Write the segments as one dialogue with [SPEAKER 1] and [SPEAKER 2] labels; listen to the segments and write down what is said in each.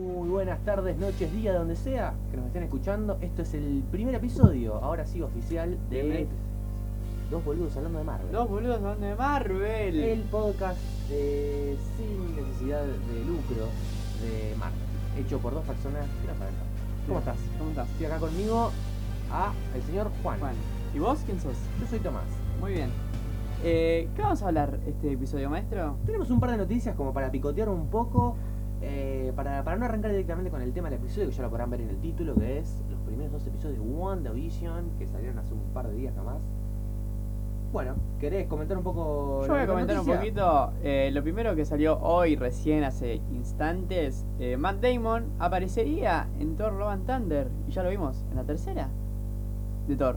[SPEAKER 1] buenas tardes, noches, día, donde sea que nos estén escuchando. Esto es el primer episodio, ahora sí oficial, de
[SPEAKER 2] De-
[SPEAKER 1] Dos Boludos hablando de Marvel.
[SPEAKER 2] Dos boludos hablando de Marvel.
[SPEAKER 1] El podcast eh, sin necesidad de lucro de Marvel, hecho por dos personas que no saben tanto. ¿Cómo estás?
[SPEAKER 2] ¿Cómo estás?
[SPEAKER 1] Estoy acá conmigo a el señor Juan.
[SPEAKER 2] Juan. ¿Y vos quién sos?
[SPEAKER 1] Yo soy Tomás.
[SPEAKER 2] Muy bien. Eh, ¿Qué vamos a hablar este episodio, maestro?
[SPEAKER 1] Tenemos un par de noticias como para picotear un poco, eh, para, para no arrancar directamente con el tema del episodio, que ya lo podrán ver en el título, que es los primeros dos episodios de WandaVision, que salieron hace un par de días nada más. Bueno, ¿querés comentar un poco?
[SPEAKER 2] Yo
[SPEAKER 1] la-
[SPEAKER 2] voy a
[SPEAKER 1] la
[SPEAKER 2] comentar un
[SPEAKER 1] noticia?
[SPEAKER 2] poquito. eh, lo primero que salió hoy, recién hace instantes, eh, Matt Damon aparecería en Thor Love and Thunder. Y ya lo vimos en la tercera de Thor.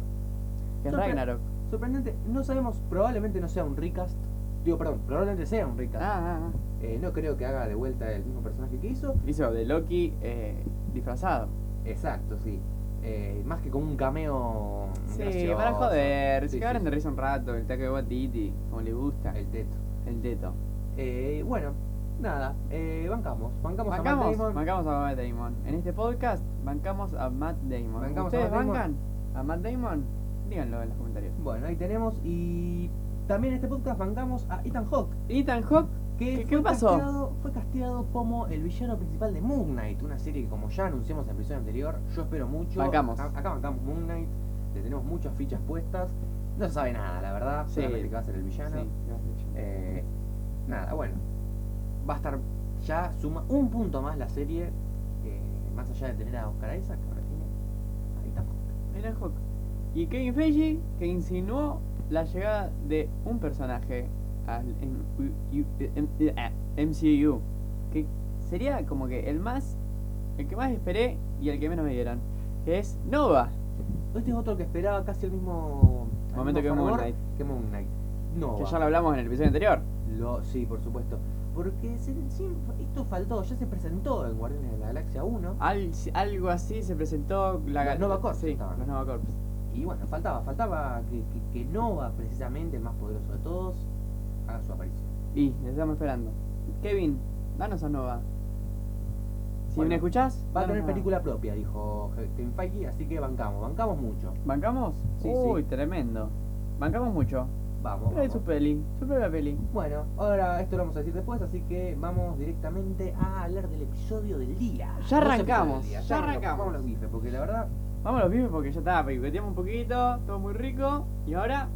[SPEAKER 2] Que es
[SPEAKER 1] Sorpre-
[SPEAKER 2] Ragnarok.
[SPEAKER 1] Sorprendente, no sabemos, probablemente no sea un recast. Digo, perdón, probablemente sea un recast.
[SPEAKER 2] Ah, ah, ah.
[SPEAKER 1] Eh, no creo que haga de vuelta el mismo personaje que hizo.
[SPEAKER 2] Hizo de Loki eh, disfrazado.
[SPEAKER 1] Exacto, sí. Eh, más que como un cameo.
[SPEAKER 2] Sí,
[SPEAKER 1] gracioso.
[SPEAKER 2] para joder.
[SPEAKER 1] Sí,
[SPEAKER 2] se
[SPEAKER 1] sí,
[SPEAKER 2] cagaron de
[SPEAKER 1] sí.
[SPEAKER 2] risa un rato. El taco de Watiti, como le gusta.
[SPEAKER 1] El teto.
[SPEAKER 2] El teto.
[SPEAKER 1] Eh, bueno, nada, eh, bancamos. Bancamos, a Matt
[SPEAKER 2] Bancamos,
[SPEAKER 1] Damon.
[SPEAKER 2] bancamos a Matt Damon. En este podcast bancamos a Matt Damon.
[SPEAKER 1] Bancamos a
[SPEAKER 2] ¿Ustedes
[SPEAKER 1] Matt Damon.
[SPEAKER 2] bancan a Matt Damon? Díganlo en los comentarios.
[SPEAKER 1] Bueno, ahí tenemos. Y también en este podcast bancamos a Ethan Hawke.
[SPEAKER 2] Ethan Hawke,
[SPEAKER 1] Que
[SPEAKER 2] ¿Qué-
[SPEAKER 1] fue
[SPEAKER 2] qué pasó?
[SPEAKER 1] Casteado, fue casteado como el villano principal de Moon Knight. Una serie que, como ya anunciamos en el episodio anterior, yo espero mucho.
[SPEAKER 2] Bancamos.
[SPEAKER 1] Acá, acá bancamos Moon Knight. Le tenemos muchas fichas puestas. No se sabe nada, la verdad.
[SPEAKER 2] Sí.
[SPEAKER 1] Solamente que va a ser el villano.
[SPEAKER 2] Sí,
[SPEAKER 1] Eh, nada, bueno. Va a estar. Ya suma un punto más la serie. eh, más allá de tener a Oscar Isaac, que ahora tiene. Ahí estamos.
[SPEAKER 2] Ethan Hawke. Y Kevin Feige que insinuó la llegada de un personaje al en- u- u- em- eh, MCU. Que sería como que el más, el que más esperé y el que menos me dieron. que Es Nova.
[SPEAKER 1] Este es otro que esperaba casi el mismo. al
[SPEAKER 2] Momento
[SPEAKER 1] mismo
[SPEAKER 2] que Moon
[SPEAKER 1] fervor
[SPEAKER 2] Knight.
[SPEAKER 1] Que Moon Knight. No.
[SPEAKER 2] Que
[SPEAKER 1] va.
[SPEAKER 2] ya lo hablamos en el episodio anterior.
[SPEAKER 1] Lo- sí, por supuesto. Porque se- sí, esto faltó, ya se presentó en Guardianes de la Galaxia 1.
[SPEAKER 2] Al- algo así se presentó la
[SPEAKER 1] Los Nova Corps
[SPEAKER 2] Sí,
[SPEAKER 1] estaban.
[SPEAKER 2] los Nova Corps.
[SPEAKER 1] Y bueno, faltaba, faltaba que, que, que Nova, precisamente el más poderoso de todos, haga su aparición.
[SPEAKER 2] Y les estamos esperando. Kevin, danos a Nova. Si
[SPEAKER 1] Bueno,
[SPEAKER 2] me escuchás,
[SPEAKER 1] Va a
[SPEAKER 2] danos
[SPEAKER 1] tener película propia, dijo Kevin Feige, así que bancamos, bancamos mucho.
[SPEAKER 2] ¿Bancamos?
[SPEAKER 1] Sí,
[SPEAKER 2] Uy,
[SPEAKER 1] sí.
[SPEAKER 2] tremendo. Bancamos mucho.
[SPEAKER 1] Vamos.
[SPEAKER 2] Pero es
[SPEAKER 1] vamos.
[SPEAKER 2] su peli, su propia peli.
[SPEAKER 1] Bueno, ahora esto lo vamos a decir después, así que vamos directamente a hablar del episodio del día.
[SPEAKER 2] Ya
[SPEAKER 1] Dos
[SPEAKER 2] arrancamos,
[SPEAKER 1] episodios del día,
[SPEAKER 2] ya
[SPEAKER 1] arrancamos,
[SPEAKER 2] arrancamos.
[SPEAKER 1] Vamos a los bifes, porque la verdad,
[SPEAKER 2] Vamos a los vivos porque ya está, picoteamos un poquito, todo muy rico. Y ahora,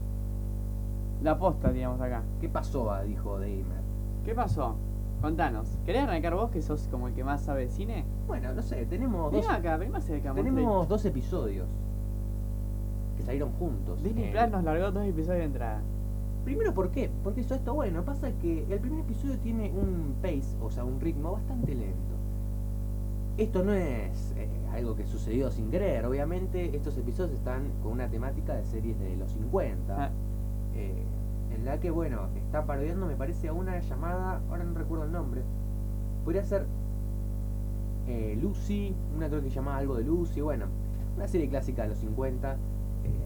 [SPEAKER 2] la posta, digamos, acá.
[SPEAKER 1] ¿qué pasó? Ah, Dijo Daimer.
[SPEAKER 2] ¿Qué pasó? Contanos. ¿Querés arrancar vos que sos como el que más sabe de cine?
[SPEAKER 1] Bueno, no sé, tenemos dos
[SPEAKER 2] Vení acá, vení más cerca, monstruito.
[SPEAKER 1] Tenemos dos episodios que salieron juntos.
[SPEAKER 2] Disney
[SPEAKER 1] Eh,
[SPEAKER 2] Plus nos largó dos episodios de entrada.
[SPEAKER 1] Primero, ¿por qué? Porque hizo esto bueno. Pasa que el primer episodio tiene un pace, o sea, un ritmo bastante lento. Esto no es eh, algo que sucedió sin creer, obviamente. Estos episodios están con una temática de series de los 50.
[SPEAKER 2] Ah.
[SPEAKER 1] eh, en la que, bueno, está parodiando, me parece, a una llamada, ahora no recuerdo el nombre. Podría ser eh, Lucy, una creo que se llamaba algo de Lucy, bueno, una serie clásica de los 50, eh,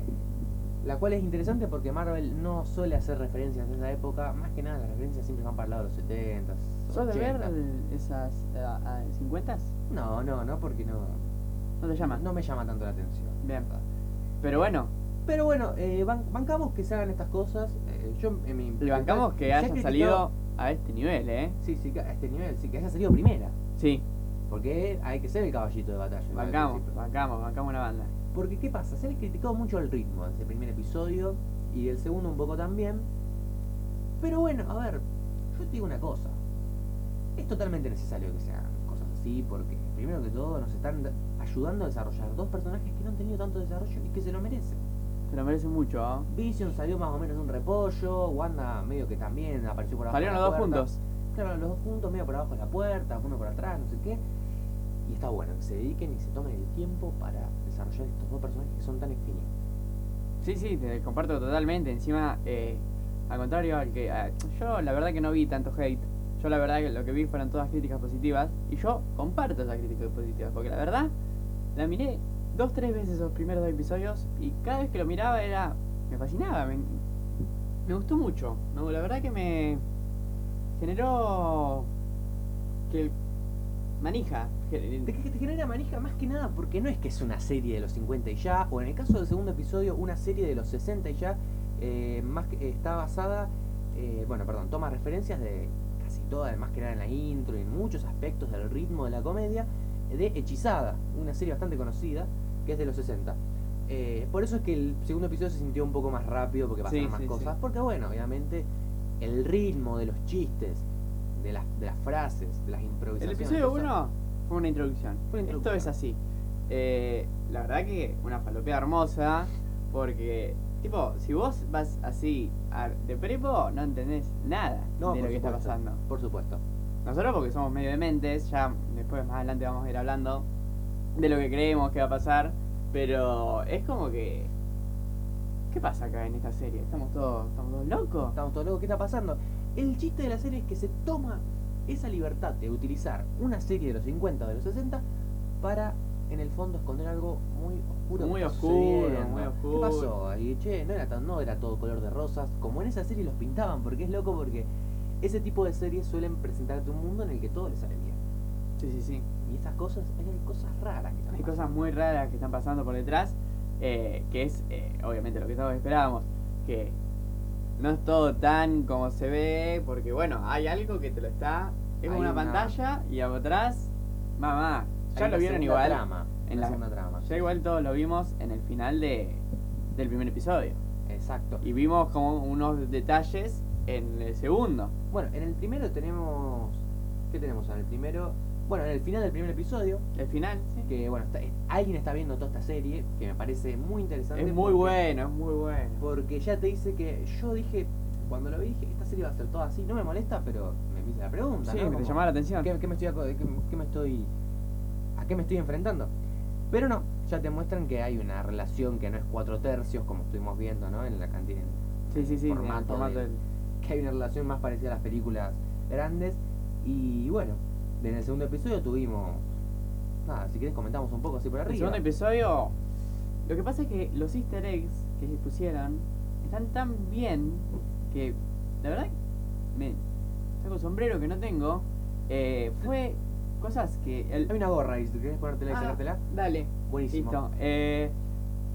[SPEAKER 1] la cual es interesante porque Marvel no suele hacer referencias de esa época, más que nada las referencias siempre van para el lado de los 70,
[SPEAKER 2] ¿Sos de
[SPEAKER 1] 80.
[SPEAKER 2] ver el- esas ah, ah, 50s?
[SPEAKER 1] No, no, no, porque no,
[SPEAKER 2] No te llamas.
[SPEAKER 1] no me llama tanto la atención.
[SPEAKER 2] Bien. Pero bueno,
[SPEAKER 1] Pero bueno, eh, ban- bancamos que se hagan estas cosas. eh, yo, en mi-
[SPEAKER 2] le bancamos que
[SPEAKER 1] ya he
[SPEAKER 2] haya
[SPEAKER 1] criticado-
[SPEAKER 2] salido a este nivel, ¿eh?
[SPEAKER 1] Sí, sí, que a este nivel, sí, que haya salido primera.
[SPEAKER 2] Sí,
[SPEAKER 1] Porque hay que ser el caballito de batalla. ¿no? Al
[SPEAKER 2] bancamos,
[SPEAKER 1] principio.
[SPEAKER 2] bancamos, bancamos una banda.
[SPEAKER 1] Porque, ¿qué pasa? Se le criticó mucho el ritmo de ese primer episodio y del segundo un poco también. Pero bueno, a ver, yo te digo una cosa. Es totalmente necesario que se hagan cosas así porque, primero que todo, nos están da- ayudando a desarrollar dos personajes que no han tenido tanto desarrollo y que se lo merecen.
[SPEAKER 2] Se lo merece mucho, ¿ah?
[SPEAKER 1] Vision salió más o menos de un repollo, Wanda medio que también apareció por abajo.
[SPEAKER 2] Salieron
[SPEAKER 1] de
[SPEAKER 2] los
[SPEAKER 1] la
[SPEAKER 2] dos
[SPEAKER 1] puerta.
[SPEAKER 2] juntos.
[SPEAKER 1] Claro, los dos juntos, medio por abajo de la puerta, uno por atrás, no sé qué. Y está bueno que se dediquen y se tomen el tiempo para desarrollar estos dos personajes que son tan exquinitos.
[SPEAKER 2] Sí, sí, te comparto totalmente. Encima, eh, al contrario, al que a- yo la verdad que no vi tanto hate. Yo la verdad que lo que vi fueron todas críticas positivas. Y yo comparto esas críticas positivas. Porque la verdad, la miré dos, tres veces esos primeros dos episodios. Y cada vez que lo miraba era... Me fascinaba. Me, me gustó mucho. No, la verdad que me generó... Que el manija.
[SPEAKER 1] Te, Eh, te genera manija más que nada porque no es que es una serie de los 50 y ya, o en el caso del segundo episodio, una serie de los 60 y ya, eh, más que, está basada, eh, bueno, perdón, toma referencias de casi todas, más que nada en la intro y en muchos aspectos del ritmo de la comedia, de Hechizada, una serie bastante conocida, que es de los 60. Eh, por eso es que el segundo episodio se sintió un poco más rápido porque pasaron
[SPEAKER 2] Sí,
[SPEAKER 1] más
[SPEAKER 2] sí,
[SPEAKER 1] cosas.
[SPEAKER 2] sí.
[SPEAKER 1] Porque bueno, obviamente el ritmo de los chistes, de las, de las frases, de las
[SPEAKER 2] El
[SPEAKER 1] improvisaciones.
[SPEAKER 2] episodio
[SPEAKER 1] o sea,
[SPEAKER 2] 1 fue una introducción.
[SPEAKER 1] Fue una
[SPEAKER 2] Esto
[SPEAKER 1] introducción.
[SPEAKER 2] es así. Eh, la verdad que una falopea hermosa, porque, tipo, si vos vas así a- de prepo, no entendés nada
[SPEAKER 1] No,
[SPEAKER 2] de
[SPEAKER 1] por
[SPEAKER 2] lo que está
[SPEAKER 1] supuesto.
[SPEAKER 2] pasando.
[SPEAKER 1] Por supuesto.
[SPEAKER 2] Nosotros porque somos medio dementes, ya después más adelante vamos a ir hablando de lo que creemos que va a pasar, pero es como que... ¿Qué pasa acá en esta serie? ¿Estamos todos, estamos todos locos?
[SPEAKER 1] Estamos todos locos, ¿qué está pasando? El chiste de la serie es que se toma esa libertad de utilizar una serie de los 50 o de los 60 para, en el fondo, esconder algo muy oscuro. que
[SPEAKER 2] Muy
[SPEAKER 1] está
[SPEAKER 2] oscuro,
[SPEAKER 1] sucediendo.
[SPEAKER 2] muy
[SPEAKER 1] ¿Qué
[SPEAKER 2] oscuro.
[SPEAKER 1] pasó? Y che, no era, tan, no era todo color de rosas, como en esa serie los pintaban, porque es loco porque ese tipo de series suelen presentarte un mundo en el que todo le sale bien.
[SPEAKER 2] Sí, sí, sí.
[SPEAKER 1] Y estas cosas, hay cosas raras que están
[SPEAKER 2] Hay
[SPEAKER 1] pasando.
[SPEAKER 2] cosas muy raras que están pasando por detrás, eh, que es eh, obviamente lo que todos esperábamos, que no es todo tan como se ve, porque bueno, hay algo que te lo está... Es
[SPEAKER 1] Hay
[SPEAKER 2] una,
[SPEAKER 1] una-
[SPEAKER 2] pantalla y atrás, mamá, ya
[SPEAKER 1] Hay una
[SPEAKER 2] lo vieron
[SPEAKER 1] segunda
[SPEAKER 2] igual.
[SPEAKER 1] Trama,
[SPEAKER 2] en
[SPEAKER 1] en
[SPEAKER 2] la-
[SPEAKER 1] la segunda trama.
[SPEAKER 2] Ya igual todos lo vimos en el final de, del primer episodio.
[SPEAKER 1] Exacto.
[SPEAKER 2] Y vimos como unos detalles en el segundo.
[SPEAKER 1] Bueno, en el primero tenemos. ¿Qué tenemos en el primero? Bueno, en el final del primer episodio,
[SPEAKER 2] El final, sí.
[SPEAKER 1] que bueno, está- alguien está viendo toda esta serie, que me parece muy interesante.
[SPEAKER 2] es muy
[SPEAKER 1] porque-
[SPEAKER 2] bueno, es muy bueno.
[SPEAKER 1] Porque ya te dice que yo dije, cuando lo vi, dije, esta serie va a ser toda así, no me molesta, pero me hice la pregunta.
[SPEAKER 2] Sí,
[SPEAKER 1] ¿no?
[SPEAKER 2] me
[SPEAKER 1] Como,
[SPEAKER 2] te llamaba la atención.
[SPEAKER 1] ¿qué, qué me estoy, aco- qué- qué me estoy, ¿A qué me estoy enfrentando? Pero no, ya te muestran que hay una relación que no es cuatro tercios, como estuvimos viendo, ¿no? En la cantina.
[SPEAKER 2] Sí, sí, sí, en el
[SPEAKER 1] formato
[SPEAKER 2] formato
[SPEAKER 1] de-
[SPEAKER 2] del-
[SPEAKER 1] que hay una relación más parecida a las películas grandes. Y bueno, en el segundo episodio tuvimos. Nada, si querés comentamos un poco así por
[SPEAKER 2] el
[SPEAKER 1] arriba.
[SPEAKER 2] segundo episodio. Lo que pasa es que los easter eggs que se pusieron están tan bien que la verdad me saco el sombrero que no tengo. Eh, fue cosas que el-
[SPEAKER 1] Hay una gorra ahí, si querés ponértela y
[SPEAKER 2] Ah,
[SPEAKER 1] sacártela.
[SPEAKER 2] Dale.
[SPEAKER 1] Buenísimo.
[SPEAKER 2] Listo. Eh,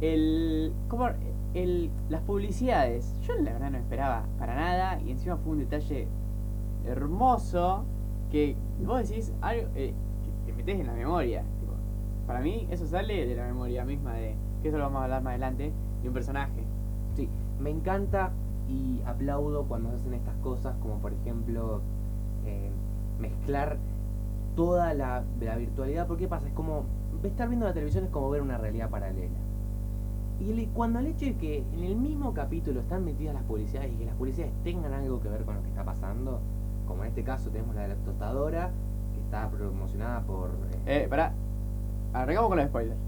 [SPEAKER 2] el, ¿cómo? el, las publicidades. Yo la verdad no esperaba para nada. Y encima fue un detalle hermoso que vos decís algo eh, que te metes en la memoria. Tipo, para mí eso sale de la memoria misma de, que eso lo vamos a hablar más adelante, de un personaje.
[SPEAKER 1] Me encanta y aplaudo cuando se hacen estas cosas, como por ejemplo eh, mezclar toda la, la virtualidad. Porque ¿qué pasa? Es como estar viendo la televisión es como ver una realidad paralela. Y le- cuando el hecho de que en el mismo capítulo están metidas las publicidades y que las publicidades tengan algo que ver con lo que está pasando, como en este caso tenemos la de la tostadora, que está promocionada por... eh,
[SPEAKER 2] Eh, pará. Arrancamos con los spoilers.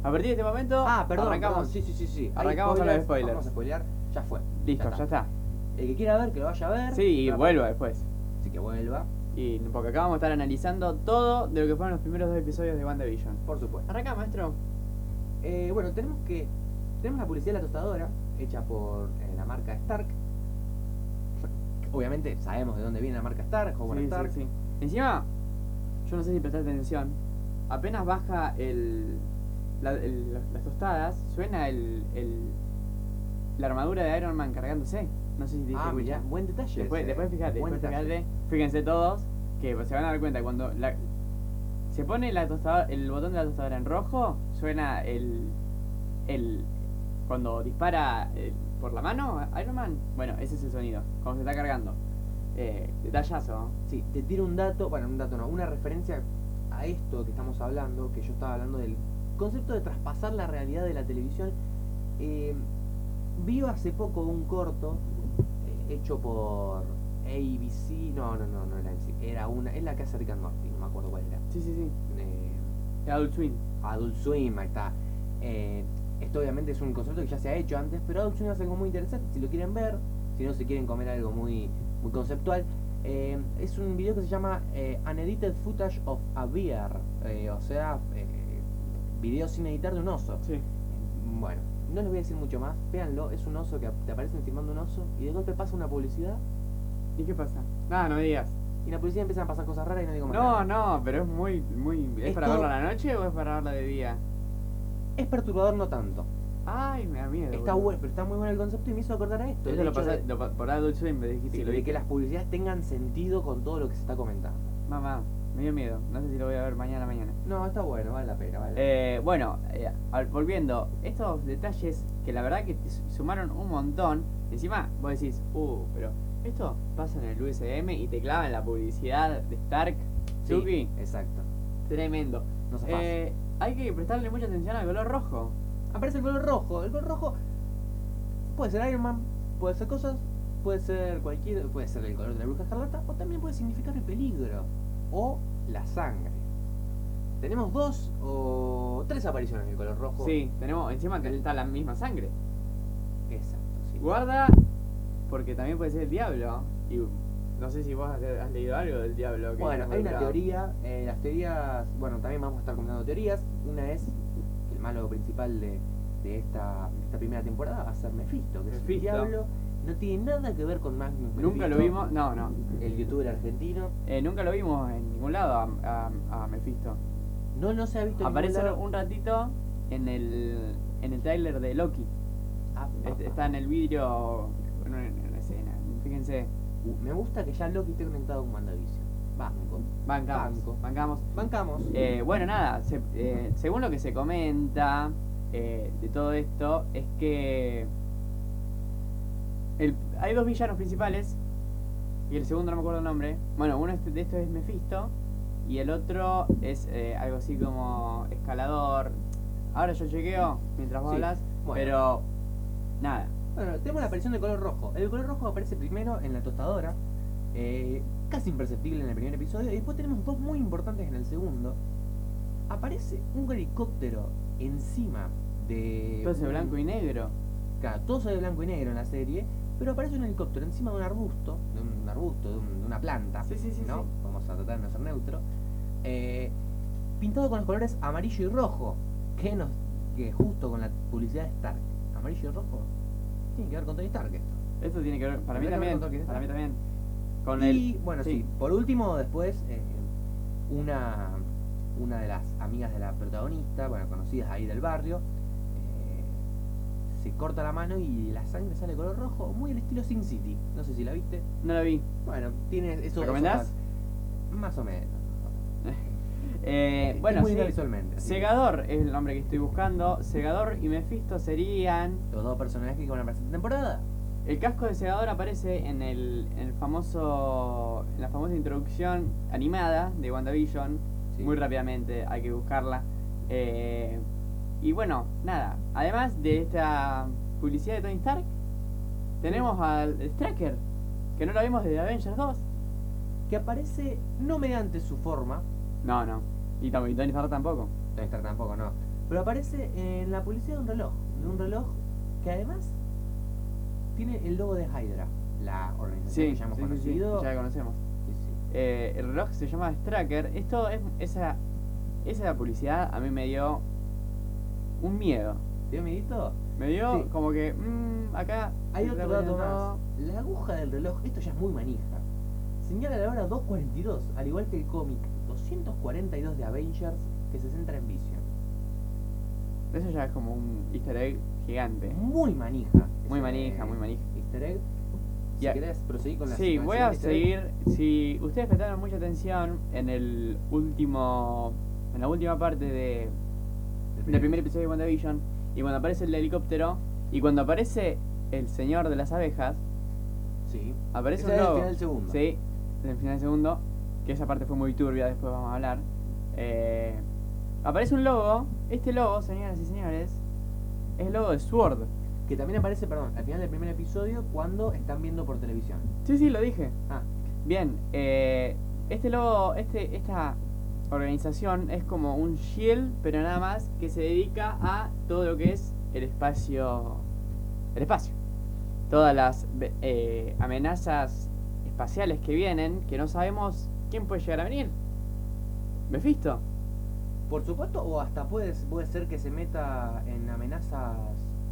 [SPEAKER 2] A partir de este momento
[SPEAKER 1] ah, perdón,
[SPEAKER 2] arrancamos.
[SPEAKER 1] perdón, sí, sí, sí, sí. Hay
[SPEAKER 2] Arrancamos con los spoilers.
[SPEAKER 1] Vamos a spoilear, ya fue.
[SPEAKER 2] Listo,
[SPEAKER 1] ya
[SPEAKER 2] ya está.
[SPEAKER 1] El que quiera ver, que lo vaya a ver.
[SPEAKER 2] Sí, y
[SPEAKER 1] Pero-
[SPEAKER 2] vuelvo después.
[SPEAKER 1] Así que vuelva,
[SPEAKER 2] Y porque acá vamos a estar analizando todo de lo que fueron los primeros dos episodios de WandaVision.
[SPEAKER 1] por supuesto.
[SPEAKER 2] Arranca, maestro.
[SPEAKER 1] Eh, bueno, tenemos que. Tenemos la publicidad de la tostadora, hecha por eh, la marca Stark. Obviamente sabemos de dónde viene la marca Stark, Howard
[SPEAKER 2] Sí, sí,
[SPEAKER 1] Stark.
[SPEAKER 2] sí. Encima, yo no sé si prestaste atención. Apenas baja el, la- el- las tostadas, suena el, el- la armadura de Iron Man cargándose. No sé si te diste
[SPEAKER 1] Ah,
[SPEAKER 2] cuenta.
[SPEAKER 1] mirá, buen detalle.
[SPEAKER 2] Después,
[SPEAKER 1] ese,
[SPEAKER 2] después
[SPEAKER 1] eh.
[SPEAKER 2] fíjate,
[SPEAKER 1] Buen
[SPEAKER 2] después
[SPEAKER 1] detalle.
[SPEAKER 2] fíjate. Fíjense todos que pues, se van a dar cuenta cuando la- se pone la tostadora- el botón de la tostadora en rojo, suena el el cuando dispara eh, por la mano Iron Man. Bueno, ese es el sonido cuando se está cargando. Eh, detallazo. ¿no?
[SPEAKER 1] Sí, te tiro un dato, bueno, un dato no, una referencia a esto que estamos hablando, que yo estaba hablando del concepto de traspasar la realidad de la televisión. Eh, vi hace poco un corto eh, hecho por ABC, no, no, no, no era ABC, era una, es la que hace Rick and Morty, no me acuerdo cuál era.
[SPEAKER 2] Sí, sí, sí.
[SPEAKER 1] Eh,
[SPEAKER 2] Adult Swim.
[SPEAKER 1] Adult Swim, ahí está. Eh, esto obviamente es un concepto que ya se ha hecho antes, pero Adult Swim es algo muy interesante si lo quieren ver, si no se quieren comer algo muy, muy conceptual. Eh, es un video que se llama eh, Unedited Footage of a Bear, eh, o sea, eh, video sin editar de un oso.
[SPEAKER 2] Sí.
[SPEAKER 1] Bueno, no les voy a decir mucho más, véanlo, es un oso que ap- te aparecen filmando un oso y de golpe pasa una publicidad
[SPEAKER 2] ¿Y qué pasa? Nada, no digas.
[SPEAKER 1] Y en la publicidad empiezan a pasar cosas raras y no digo más nada.
[SPEAKER 2] No, no, pero es muy, muy. ¿Es,
[SPEAKER 1] Es
[SPEAKER 2] para
[SPEAKER 1] todo-
[SPEAKER 2] verla a la noche o es para verla de día?
[SPEAKER 1] Es perturbador no tanto.
[SPEAKER 2] Ay, me da miedo.
[SPEAKER 1] Está
[SPEAKER 2] boludo.
[SPEAKER 1] bueno, pero está muy bueno el concepto y me hizo acordar a esto.
[SPEAKER 2] Eso
[SPEAKER 1] el
[SPEAKER 2] lo
[SPEAKER 1] hecho
[SPEAKER 2] pasa,
[SPEAKER 1] de-
[SPEAKER 2] lo pa- por Adult Swim me dijiste
[SPEAKER 1] sí,
[SPEAKER 2] que lo
[SPEAKER 1] de
[SPEAKER 2] vi.
[SPEAKER 1] que las publicidades tengan sentido con todo lo que se está comentando.
[SPEAKER 2] Mamá, me dio miedo. No sé si lo voy a ver mañana mañana.
[SPEAKER 1] No, está bueno, vale la pena, vale. la pena.
[SPEAKER 2] Eh, bueno, eh, al- volviendo, estos detalles que la verdad que te su- sumaron un montón. Encima, vos decís, uh, pero esto pasa en el USM y te clavan la publicidad de Stark.
[SPEAKER 1] Sí,
[SPEAKER 2] Chucky,
[SPEAKER 1] exacto.
[SPEAKER 2] tremendo.
[SPEAKER 1] No se
[SPEAKER 2] Eh, hay que prestarle mucha atención al color rojo.
[SPEAKER 1] Aparece el color rojo. El color rojo puede ser Iron Man, puede ser cosas, puede ser cualquier, puede ser el color de la bruja escarlata o también puede significar el peligro o la sangre. Tenemos dos o tres apariciones del color rojo.
[SPEAKER 2] Sí, tenemos, encima que está la misma sangre.
[SPEAKER 1] Exacto, sí.
[SPEAKER 2] Guarda, porque también puede ser el diablo. Y no sé si vos has, has leído algo del diablo. que
[SPEAKER 1] Bueno,
[SPEAKER 2] está
[SPEAKER 1] hay una
[SPEAKER 2] involucrado.
[SPEAKER 1] teoría, eh, las teorías, bueno, también vamos a estar comentando teorías. Una es que el malo principal de, de esta, de esta primera temporada va a ser Mephisto, que es un
[SPEAKER 2] Mephisto.
[SPEAKER 1] diablo, no tiene nada que ver con Magnus.
[SPEAKER 2] Nunca lo
[SPEAKER 1] Mephisto,
[SPEAKER 2] vimos, no, no.
[SPEAKER 1] El youtuber argentino.
[SPEAKER 2] Eh, nunca lo vimos en ningún lado a, a, a Mephisto.
[SPEAKER 1] No, no se ha visto en
[SPEAKER 2] Aparece
[SPEAKER 1] ningún lado.
[SPEAKER 2] un ratito en el, en el tráiler de Loki.
[SPEAKER 1] Ah,
[SPEAKER 2] Es-
[SPEAKER 1] papá.
[SPEAKER 2] este, Está en el vidrio, en una, en una escena. Fíjense,
[SPEAKER 1] Uh, Me gusta que ya Loki esté conectado con WandaVision. Banco.
[SPEAKER 2] bancamos.
[SPEAKER 1] Banco.
[SPEAKER 2] bancamos.
[SPEAKER 1] Bancamos.
[SPEAKER 2] Eh, bueno, nada, se- eh, según lo que se comenta eh, de todo esto, es que el- hay dos villanos principales y el segundo no me acuerdo el nombre. Bueno, uno este- de estos es Mephisto y el otro es eh, algo así como escalador. Ahora yo chequeo mientras vos
[SPEAKER 1] Sí,
[SPEAKER 2] hablas,
[SPEAKER 1] bueno.
[SPEAKER 2] pero nada.
[SPEAKER 1] Bueno, tenemos la aparición del color rojo. El color rojo aparece primero en la tostadora, eh, casi imperceptible en el primer episodio, y después tenemos dos muy importantes en el segundo. Aparece un helicóptero encima de.
[SPEAKER 2] Entonces blanco
[SPEAKER 1] mm.
[SPEAKER 2] y negro.
[SPEAKER 1] Claro, todo se ve blanco y negro en la serie, pero aparece un helicóptero encima de un arbusto, de un arbusto, de, un- de una planta.
[SPEAKER 2] Sí, sí, sí,
[SPEAKER 1] ¿no?
[SPEAKER 2] sí.
[SPEAKER 1] Vamos a tratar de no ser neutro. Eh, pintado con los colores amarillo y rojo, que nos que justo con la publicidad de Stark. Amarillo y rojo. Tiene que ver con Tony Stark esto.
[SPEAKER 2] Esto tiene que ver, para mí
[SPEAKER 1] Tendrá que ver
[SPEAKER 2] también,
[SPEAKER 1] con Loki, ¿no?
[SPEAKER 2] para mí también. Con
[SPEAKER 1] y
[SPEAKER 2] el...
[SPEAKER 1] bueno, sí.
[SPEAKER 2] sí.
[SPEAKER 1] por último, después, eh, una, una de las amigas de la protagonista, bueno, conocidas ahí del barrio, eh, se corta la mano y la sangre sale de color rojo, muy al estilo Sin City. No sé si la viste.
[SPEAKER 2] No lo vi.
[SPEAKER 1] Bueno, tiene eso. eso
[SPEAKER 2] ¿Recomendás?
[SPEAKER 1] más- Más o menos.
[SPEAKER 2] Eh,
[SPEAKER 1] Es
[SPEAKER 2] bueno,
[SPEAKER 1] muy bien
[SPEAKER 2] sí.
[SPEAKER 1] visualmente. así que
[SPEAKER 2] Segador es el nombre que estoy buscando. Segador y Mephisto serían.
[SPEAKER 1] Los dos personajes que van a aparecer esta temporada.
[SPEAKER 2] El casco de Segador aparece en el, en el famoso. En la famosa introducción animada de WandaVision.
[SPEAKER 1] Sí.
[SPEAKER 2] Muy rápidamente, hay que buscarla. Eh, y bueno, nada. Además de esta publicidad de Tony Stark, tenemos al Tracker, que no lo vimos desde Avengers 2.
[SPEAKER 1] Que aparece no mediante su forma,
[SPEAKER 2] No, no. Y Tom- y Tony Stark tampoco.
[SPEAKER 1] Tony Stark tampoco, no. Pero aparece en la publicidad de un reloj. De un reloj que además tiene el logo de Hydra, la organización
[SPEAKER 2] Sí,
[SPEAKER 1] que ya hemos
[SPEAKER 2] sí, sí, sí,
[SPEAKER 1] conocido.
[SPEAKER 2] ya la conocemos.
[SPEAKER 1] Sí, sí.
[SPEAKER 2] Eh, el reloj se llama Stracker. Esto es esa esa publicidad a mí me dio un miedo.
[SPEAKER 1] ¿Te dio miedito?
[SPEAKER 2] Me dio
[SPEAKER 1] Sí.
[SPEAKER 2] como que mm, acá
[SPEAKER 1] Hay
[SPEAKER 2] se
[SPEAKER 1] otro
[SPEAKER 2] está
[SPEAKER 1] dato
[SPEAKER 2] poniendo-
[SPEAKER 1] más. La aguja del reloj, esto ya es muy manija. Señala la hora 2.42, al igual que el cómic 242 de Avengers que se centra en Vision.
[SPEAKER 2] Eso ya es como un easter egg gigante.
[SPEAKER 1] Muy manija.
[SPEAKER 2] Muy
[SPEAKER 1] ese
[SPEAKER 2] manija, muy manija.
[SPEAKER 1] Easter egg. Si
[SPEAKER 2] Ya.
[SPEAKER 1] querés proseguir con la este
[SPEAKER 2] Sí,
[SPEAKER 1] con el
[SPEAKER 2] voy a
[SPEAKER 1] siguiente easter egg.
[SPEAKER 2] seguir. Si ustedes prestaron mucha atención en el último en la última parte de
[SPEAKER 1] El
[SPEAKER 2] del primer episodio de WandaVision y cuando aparece el helicóptero y cuando aparece el señor de las abejas
[SPEAKER 1] Sí.
[SPEAKER 2] aparece
[SPEAKER 1] Ese
[SPEAKER 2] un
[SPEAKER 1] es el
[SPEAKER 2] logo.
[SPEAKER 1] final del segundo.
[SPEAKER 2] Sí, en el final del segundo, que esa parte fue muy turbia, después vamos a hablar. Eh, aparece un logo, este logo, señoras y señores, es el logo de Sword.
[SPEAKER 1] Que también aparece, perdón, al final del primer episodio cuando están viendo por televisión.
[SPEAKER 2] Sí, sí, lo dije.
[SPEAKER 1] Ah,
[SPEAKER 2] Bien, eh, este logo, este, esta organización es como un shield, pero nada más que se dedica a todo lo que es el espacio. El espacio. Todas las ve- eh, amenazas espaciales que vienen, que no sabemos quién puede llegar a venir. Mephisto.
[SPEAKER 1] por supuesto, o hasta puede, puede ser que se meta en amenazas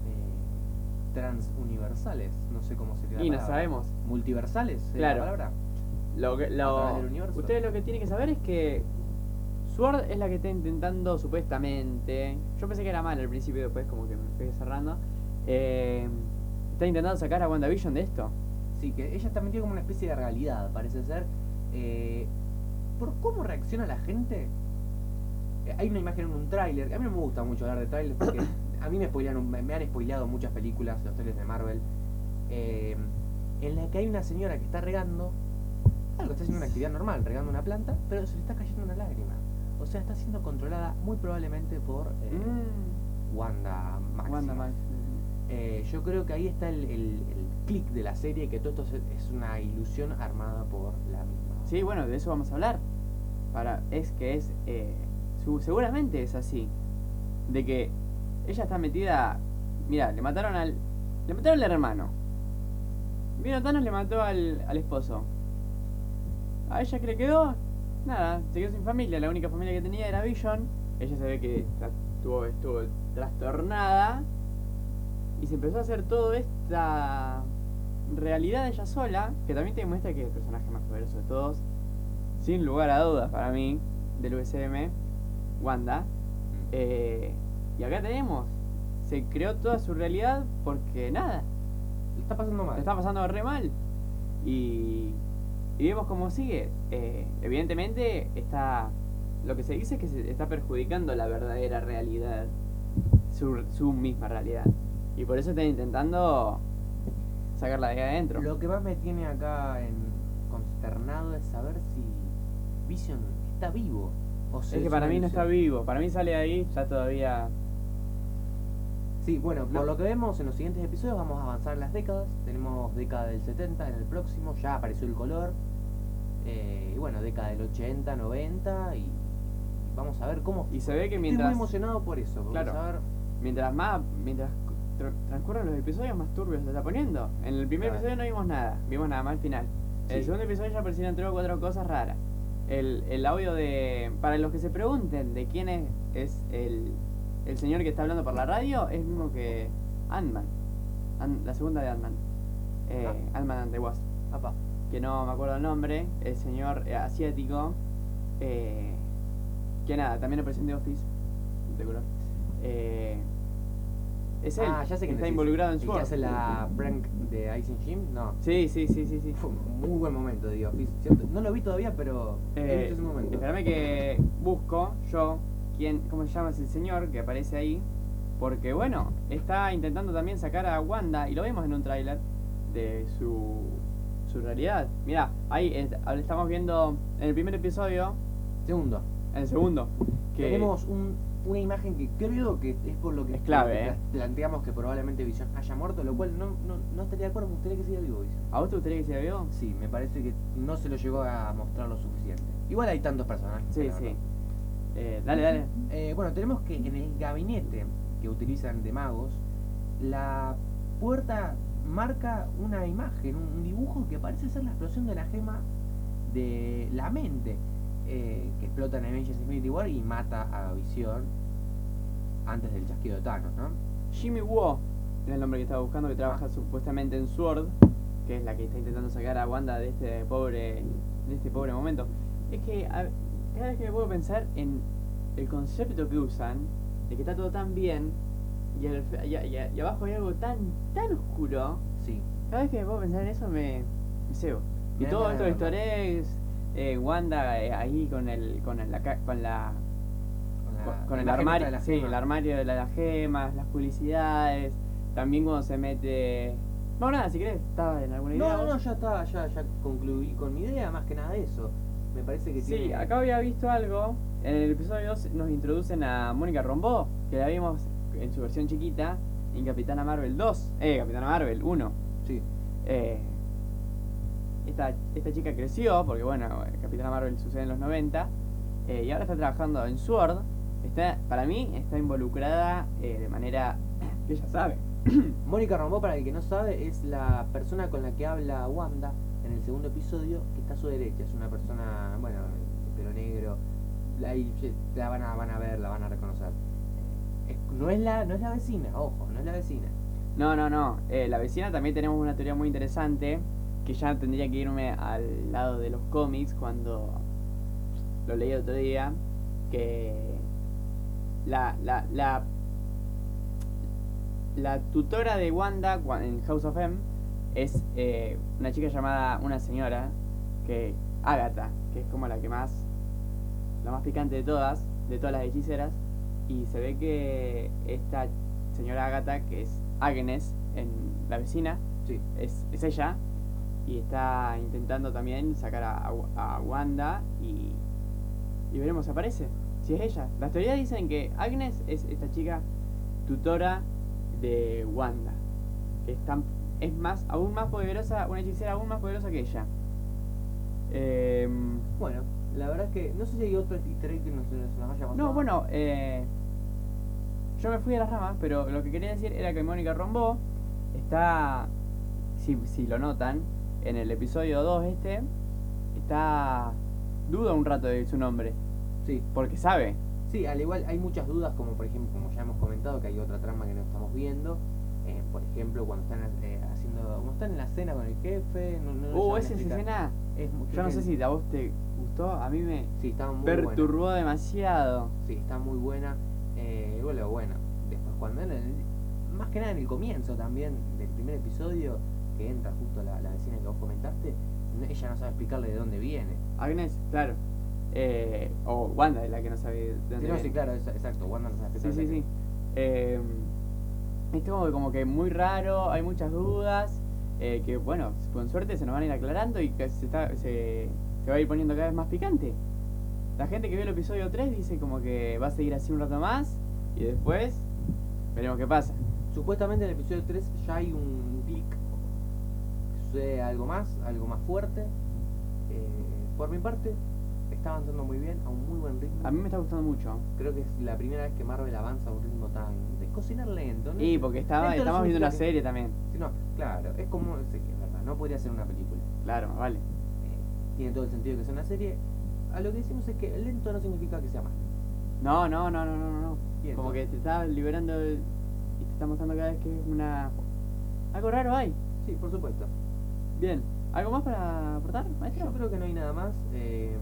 [SPEAKER 1] eh, transuniversales, no sé cómo sería la
[SPEAKER 2] Y no
[SPEAKER 1] palabra.
[SPEAKER 2] sabemos.
[SPEAKER 1] ¿Multiversales sería
[SPEAKER 2] Claro.
[SPEAKER 1] la palabra?
[SPEAKER 2] Lo que- lo-
[SPEAKER 1] A través del universo.
[SPEAKER 2] Ustedes lo que tienen que saber es que Sword es la que está intentando supuestamente. Yo pensé que era mal al principio, después como que me fui cerrando. eh, está intentando sacar a WandaVision de esto.
[SPEAKER 1] Sí, que ella está metida como una especie de realidad, parece ser. Eh, por cómo reacciona la gente. Eh, hay una imagen en un tráiler. A mí no me gusta mucho hablar de trailers porque a mí me, spoilean un- me, me han spoileado muchas películas, los trailers de Marvel. eh, en la que hay una señora que está regando algo, está haciendo una actividad normal, regando una planta, pero se le está cayendo una lágrima. O sea, está siendo controlada muy probablemente por eh,
[SPEAKER 2] Mm,
[SPEAKER 1] Wanda Maximoff.
[SPEAKER 2] Wanda Max.
[SPEAKER 1] Eh, yo creo que ahí está el, el, el clic de la serie, que todo esto se- es una ilusión armada por la misma.
[SPEAKER 2] Sí, bueno, de eso vamos a hablar. Para, es que es. eh, su- seguramente es así. De que ella está metida. Mira, le mataron al. Le mataron al hermano. Vino Thanos, le mató al, al esposo. A ella que le quedó. Nada, se quedó sin familia. La única familia que tenía era Vision. Ella se ve que tra- estuvo, estuvo trastornada. Y se empezó a hacer toda esta realidad de ella sola, que también te demuestra que es el personaje más poderoso de todos, sin lugar a dudas para mí, del USM, Wanda.
[SPEAKER 1] Mm.
[SPEAKER 2] Eh, y acá tenemos, se creó toda su realidad porque nada,
[SPEAKER 1] Le está pasando mal.
[SPEAKER 2] le está pasando re mal. Y, y vemos cómo sigue. Eh, evidentemente está, lo que se dice es que se está perjudicando la verdadera realidad, su, su misma realidad. Y por eso están intentando sacarla de ahí adentro.
[SPEAKER 1] Lo que más me tiene acá en consternado es saber si Vision está vivo. O si
[SPEAKER 2] Es que
[SPEAKER 1] una
[SPEAKER 2] para mí no está
[SPEAKER 1] ilusión.
[SPEAKER 2] vivo, para mí sale de ahí, está todavía...
[SPEAKER 1] Sí, bueno, por
[SPEAKER 2] No.
[SPEAKER 1] lo que vemos en los siguientes episodios vamos a avanzar las décadas. Tenemos década del 70 en el próximo, ya apareció el color. Eh, y bueno, década del 80, 90 y, y vamos a ver cómo...
[SPEAKER 2] Y se ve que
[SPEAKER 1] Estoy muy
[SPEAKER 2] mientras,
[SPEAKER 1] emocionado por eso, por
[SPEAKER 2] Claro.
[SPEAKER 1] saber
[SPEAKER 2] mientras más, mientras tr- transcurren los episodios, más turbio se está poniendo. En el primer
[SPEAKER 1] Claro.
[SPEAKER 2] episodio no vimos nada, vimos nada más al final. En el
[SPEAKER 1] Sí.
[SPEAKER 2] segundo episodio ya aparecieron tres o cuatro cosas raras. El, el audio de... Para los que se pregunten de quién es, es el, el señor que está hablando por la radio, es el mismo que Ant-Man. Ant- la segunda de Ant-Man. Eh,
[SPEAKER 1] Ah.
[SPEAKER 2] Ant-Man and the Wasp.
[SPEAKER 1] Apa.
[SPEAKER 2] que no me acuerdo el nombre, el señor eh, asiático, eh, que nada, también lo presenté Office, de color. Eh, es él,
[SPEAKER 1] Ah, ya sé
[SPEAKER 2] que
[SPEAKER 1] quién
[SPEAKER 2] está
[SPEAKER 1] decís.
[SPEAKER 2] involucrado en
[SPEAKER 1] El que
[SPEAKER 2] Sword.
[SPEAKER 1] hace la prank de Ice and Jim? No.
[SPEAKER 2] Sí, sí, sí, sí, Eh, sí.
[SPEAKER 1] Fue un muy buen momento, digo. ¿cierto? No lo vi todavía, pero he
[SPEAKER 2] Eh,
[SPEAKER 1] visto ese momento.
[SPEAKER 2] espérame que busco yo quién, cómo se llama ese señor que aparece ahí, porque bueno, está intentando también sacar a Wanda y lo vemos en un tráiler de su su realidad. Mira, ahí est- ahora estamos viendo en el primer episodio,
[SPEAKER 1] Segundo,
[SPEAKER 2] en el segundo, que
[SPEAKER 1] tenemos un- una imagen que creo que es por lo que
[SPEAKER 2] Es clave,
[SPEAKER 1] que
[SPEAKER 2] eh.
[SPEAKER 1] planteamos que probablemente Vision haya muerto, lo cual no, no, no estaría de acuerdo, me gustaría que siga vivo Vision.
[SPEAKER 2] ¿A vos te gustaría que se vio?
[SPEAKER 1] Sí, me parece que no se lo llegó a mostrar lo suficiente. Igual hay tantos personajes.
[SPEAKER 2] Sí,
[SPEAKER 1] la
[SPEAKER 2] sí.
[SPEAKER 1] verdad.
[SPEAKER 2] Eh, dale, dale.
[SPEAKER 1] Eh, bueno, tenemos que en el gabinete que utilizan de magos, la puerta marca una imagen, un, un dibujo que parece ser la explosión de la gema de la mente, eh, que explota en Avengers Infinity War y mata a Visión antes del chasquido de Thanos, ¿no?
[SPEAKER 2] Jimmy Woo era el nombre que estaba buscando, que trabaja supuestamente en Sword, que es la que está intentando sacar a Wanda de este pobre, de este pobre momento. Es que a- cada vez que me puedo pensar en el concepto que usan, de que está todo tan bien, y, al fe- y a- y a- y abajo hay algo tan, tan oscuro,
[SPEAKER 1] Sí.
[SPEAKER 2] cada vez que me puedo pensar en eso me, me cebo. Y
[SPEAKER 1] Me dan
[SPEAKER 2] todo
[SPEAKER 1] ganas
[SPEAKER 2] esto
[SPEAKER 1] de
[SPEAKER 2] de
[SPEAKER 1] verlo.
[SPEAKER 2] Easter eggs, eh, Wanda eh, ahí con el, con el- la ca- con la
[SPEAKER 1] Con, la-
[SPEAKER 2] con,
[SPEAKER 1] la
[SPEAKER 2] con
[SPEAKER 1] imagen
[SPEAKER 2] el
[SPEAKER 1] esta
[SPEAKER 2] armario,
[SPEAKER 1] de la
[SPEAKER 2] sí,
[SPEAKER 1] gema.
[SPEAKER 2] el armario de la- las gemas, las publicidades, también cuando se mete. Bueno, nada, si querés, estaba en alguna idea.
[SPEAKER 1] No,
[SPEAKER 2] vos?
[SPEAKER 1] no, ya está, ya, ya concluí con mi idea, más que nada de eso. Me parece que
[SPEAKER 2] Sí,
[SPEAKER 1] tiene-
[SPEAKER 2] acá había visto algo. En el episodio 2 nos introducen a Mónica Rombó, que la vimos en su versión chiquita en Capitana Marvel 2, eh, Capitana Marvel 1.
[SPEAKER 1] Sí.
[SPEAKER 2] Eh, esta, esta chica creció, porque bueno, eh, Capitana Marvel sucede en los 90, eh, y ahora está trabajando en Sword. Está, para mí está involucrada eh, de manera que ella sabe.
[SPEAKER 1] Mónica Rambó, para el que no sabe, es la persona con la que habla Wanda en el segundo episodio, que está a su derecha. Es una persona, bueno, de pelo negro. La, ahí se- la van, a, van a ver, la van a reconocer. Eh, es- no, es la, no es la vecina, ojo, no es la vecina.
[SPEAKER 2] No, no, no. Eh, la vecina también tenemos una teoría muy interesante que ya tendría que irme al lado de los cómics cuando lo leí el otro día, que la, la, la, la tutora de Wanda cua- en House of M es eh, una chica llamada, una señora, que Agatha, que es como la que más, la más picante de todas, de todas las hechiceras, y se ve que esta señora Agatha, que es Agnes, en la vecina,
[SPEAKER 1] Sí.
[SPEAKER 2] es, es ella y está intentando también sacar a, a- a Wanda y, y veremos si aparece, si es ella. Las teorías dicen que Agnes es esta chica tutora de Wanda, que es, tan- es más, aún más poderosa, una hechicera aún más poderosa que ella. Em,
[SPEAKER 1] Bueno, la verdad es que no sé si hay otro easter egg que nos, nos nos haya pasado.
[SPEAKER 2] No, bueno, eh, yo me fui a las ramas, pero lo que quería decir era que Mónica Rombó está, si, si lo notan, en el episodio 2 este, está, duda un rato de su nombre,
[SPEAKER 1] Sí.
[SPEAKER 2] porque sabe.
[SPEAKER 1] Sí, al igual hay muchas dudas, como por ejemplo, como ya hemos comentado, que hay otra trama que no estamos viendo. Eh, por ejemplo, cuando están eh, haciendo, cuando están en la cena con el jefe. No, no lo
[SPEAKER 2] Uh,
[SPEAKER 1] saben
[SPEAKER 2] esa
[SPEAKER 1] explicar.
[SPEAKER 2] escena,
[SPEAKER 1] Es mu-
[SPEAKER 2] yo
[SPEAKER 1] creo
[SPEAKER 2] no
[SPEAKER 1] que-
[SPEAKER 2] sé si a vos te gustó, a mí me
[SPEAKER 1] Sí, está muy buena.
[SPEAKER 2] perturbó demasiado.
[SPEAKER 1] Sí, está muy buena. Eh, bueno, bueno, después cuando en el- más que nada en el comienzo también del primer episodio, que entra justo la, la vecina que vos comentaste, no- ella no sabe explicarle de dónde viene.
[SPEAKER 2] Agnes, claro, eh, o Wanda es la que no sabe de dónde
[SPEAKER 1] Sí, no,
[SPEAKER 2] viene.
[SPEAKER 1] sí, claro, es- exacto, Wanda no sabe
[SPEAKER 2] Sí,
[SPEAKER 1] explicarle.
[SPEAKER 2] sí, sí. Eh, es como, como que muy raro, hay muchas dudas, eh, que bueno, con suerte se nos van a ir aclarando y que se, está- se, se va a ir poniendo cada vez más picante. La gente que vio el episodio 3 dice como que va a seguir así un rato más y después veremos qué pasa.
[SPEAKER 1] Supuestamente en el episodio 3 ya hay un clic. Sucede algo más, algo más fuerte. Eh, por mi parte, está avanzando muy bien, a un muy buen ritmo.
[SPEAKER 2] A mí me está gustando mucho.
[SPEAKER 1] Creo que es la primera vez que Marvel avanza a un ritmo tan. de cocinar lento, ¿no?
[SPEAKER 2] Y porque estaba,
[SPEAKER 1] Esto
[SPEAKER 2] estamos
[SPEAKER 1] resulta
[SPEAKER 2] viendo una
[SPEAKER 1] que-
[SPEAKER 2] serie también.
[SPEAKER 1] Sí, no, claro, es como. sí, es verdad, no podría ser una película.
[SPEAKER 2] Claro, más vale.
[SPEAKER 1] Eh, tiene todo el sentido que sea una serie. A lo que decimos es que lento no significa que sea malo.
[SPEAKER 2] No, no, no, no, no, no, no.
[SPEAKER 1] Bien,
[SPEAKER 2] Como
[SPEAKER 1] ¿no?
[SPEAKER 2] que te está liberando el- y te está mostrando cada vez que es una... Algo raro hay.
[SPEAKER 1] Sí, por supuesto.
[SPEAKER 2] Bien, ¿algo más para aportar,
[SPEAKER 1] Yo
[SPEAKER 2] maestro?
[SPEAKER 1] creo que no hay nada más. eh,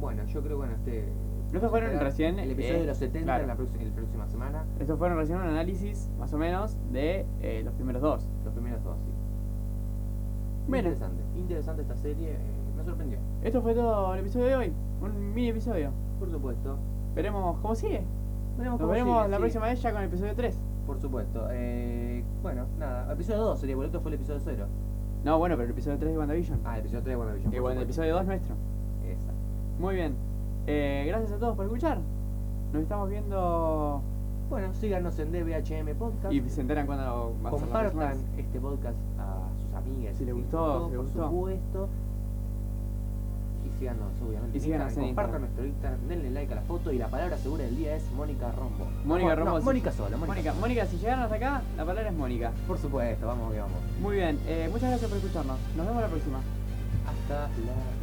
[SPEAKER 1] bueno, yo creo que bueno, este.
[SPEAKER 2] Estos fueron
[SPEAKER 1] esperar
[SPEAKER 2] recién,
[SPEAKER 1] El episodio
[SPEAKER 2] eh,
[SPEAKER 1] de los 70
[SPEAKER 2] claro.
[SPEAKER 1] en la, prox- en la próxima semana.
[SPEAKER 2] Estos fueron recién un análisis, más o menos, de eh, los primeros dos.
[SPEAKER 1] Los primeros dos, sí. Muy
[SPEAKER 2] Bueno.
[SPEAKER 1] Interesante. Interesante esta serie. eh, me sorprendió.
[SPEAKER 2] Esto fue todo el episodio de hoy, un mini episodio.
[SPEAKER 1] Por supuesto.
[SPEAKER 2] Veremos cómo sigue.
[SPEAKER 1] Veremos
[SPEAKER 2] Nos
[SPEAKER 1] cómo
[SPEAKER 2] veremos
[SPEAKER 1] sigue,
[SPEAKER 2] la
[SPEAKER 1] sí.
[SPEAKER 2] próxima vez ya con el episodio 3.
[SPEAKER 1] Por supuesto. eh, bueno, nada. Episodio 2 sería, porque el otro fue el episodio 0.
[SPEAKER 2] No, bueno, pero el episodio 3 de WandaVision.
[SPEAKER 1] Ah, el episodio 3 de WandaVision.
[SPEAKER 2] y
[SPEAKER 1] por
[SPEAKER 2] bueno, el
[SPEAKER 1] supuesto.
[SPEAKER 2] episodio 2 nuestro.
[SPEAKER 1] Exacto.
[SPEAKER 2] Muy bien. Eh, gracias a todos por escuchar. Nos estamos viendo
[SPEAKER 1] Bueno, síganos en DBHM Podcast.
[SPEAKER 2] y se enteran cuando va a ser la próxima
[SPEAKER 1] compartan
[SPEAKER 2] vez.
[SPEAKER 1] este podcast a sus amigas.
[SPEAKER 2] Si les gustó, si les
[SPEAKER 1] por
[SPEAKER 2] gustó.
[SPEAKER 1] supuesto. Y síganos, obviamente.
[SPEAKER 2] Y
[SPEAKER 1] en
[SPEAKER 2] síganos
[SPEAKER 1] Instagram.
[SPEAKER 2] en
[SPEAKER 1] Compartan nuestro Instagram, denle like a la foto y la palabra segura del día es Mónica Rombo.
[SPEAKER 2] Mónica
[SPEAKER 1] No,
[SPEAKER 2] Rombo,
[SPEAKER 1] no,
[SPEAKER 2] sí.
[SPEAKER 1] Mónica solo, Mónica.
[SPEAKER 2] Mónica, Mónica, si llegaron hasta acá, la palabra es Mónica.
[SPEAKER 1] Por supuesto, vamos que vamos.
[SPEAKER 2] Muy bien, eh, muchas gracias por escucharnos. Nos vemos la próxima.
[SPEAKER 1] Hasta la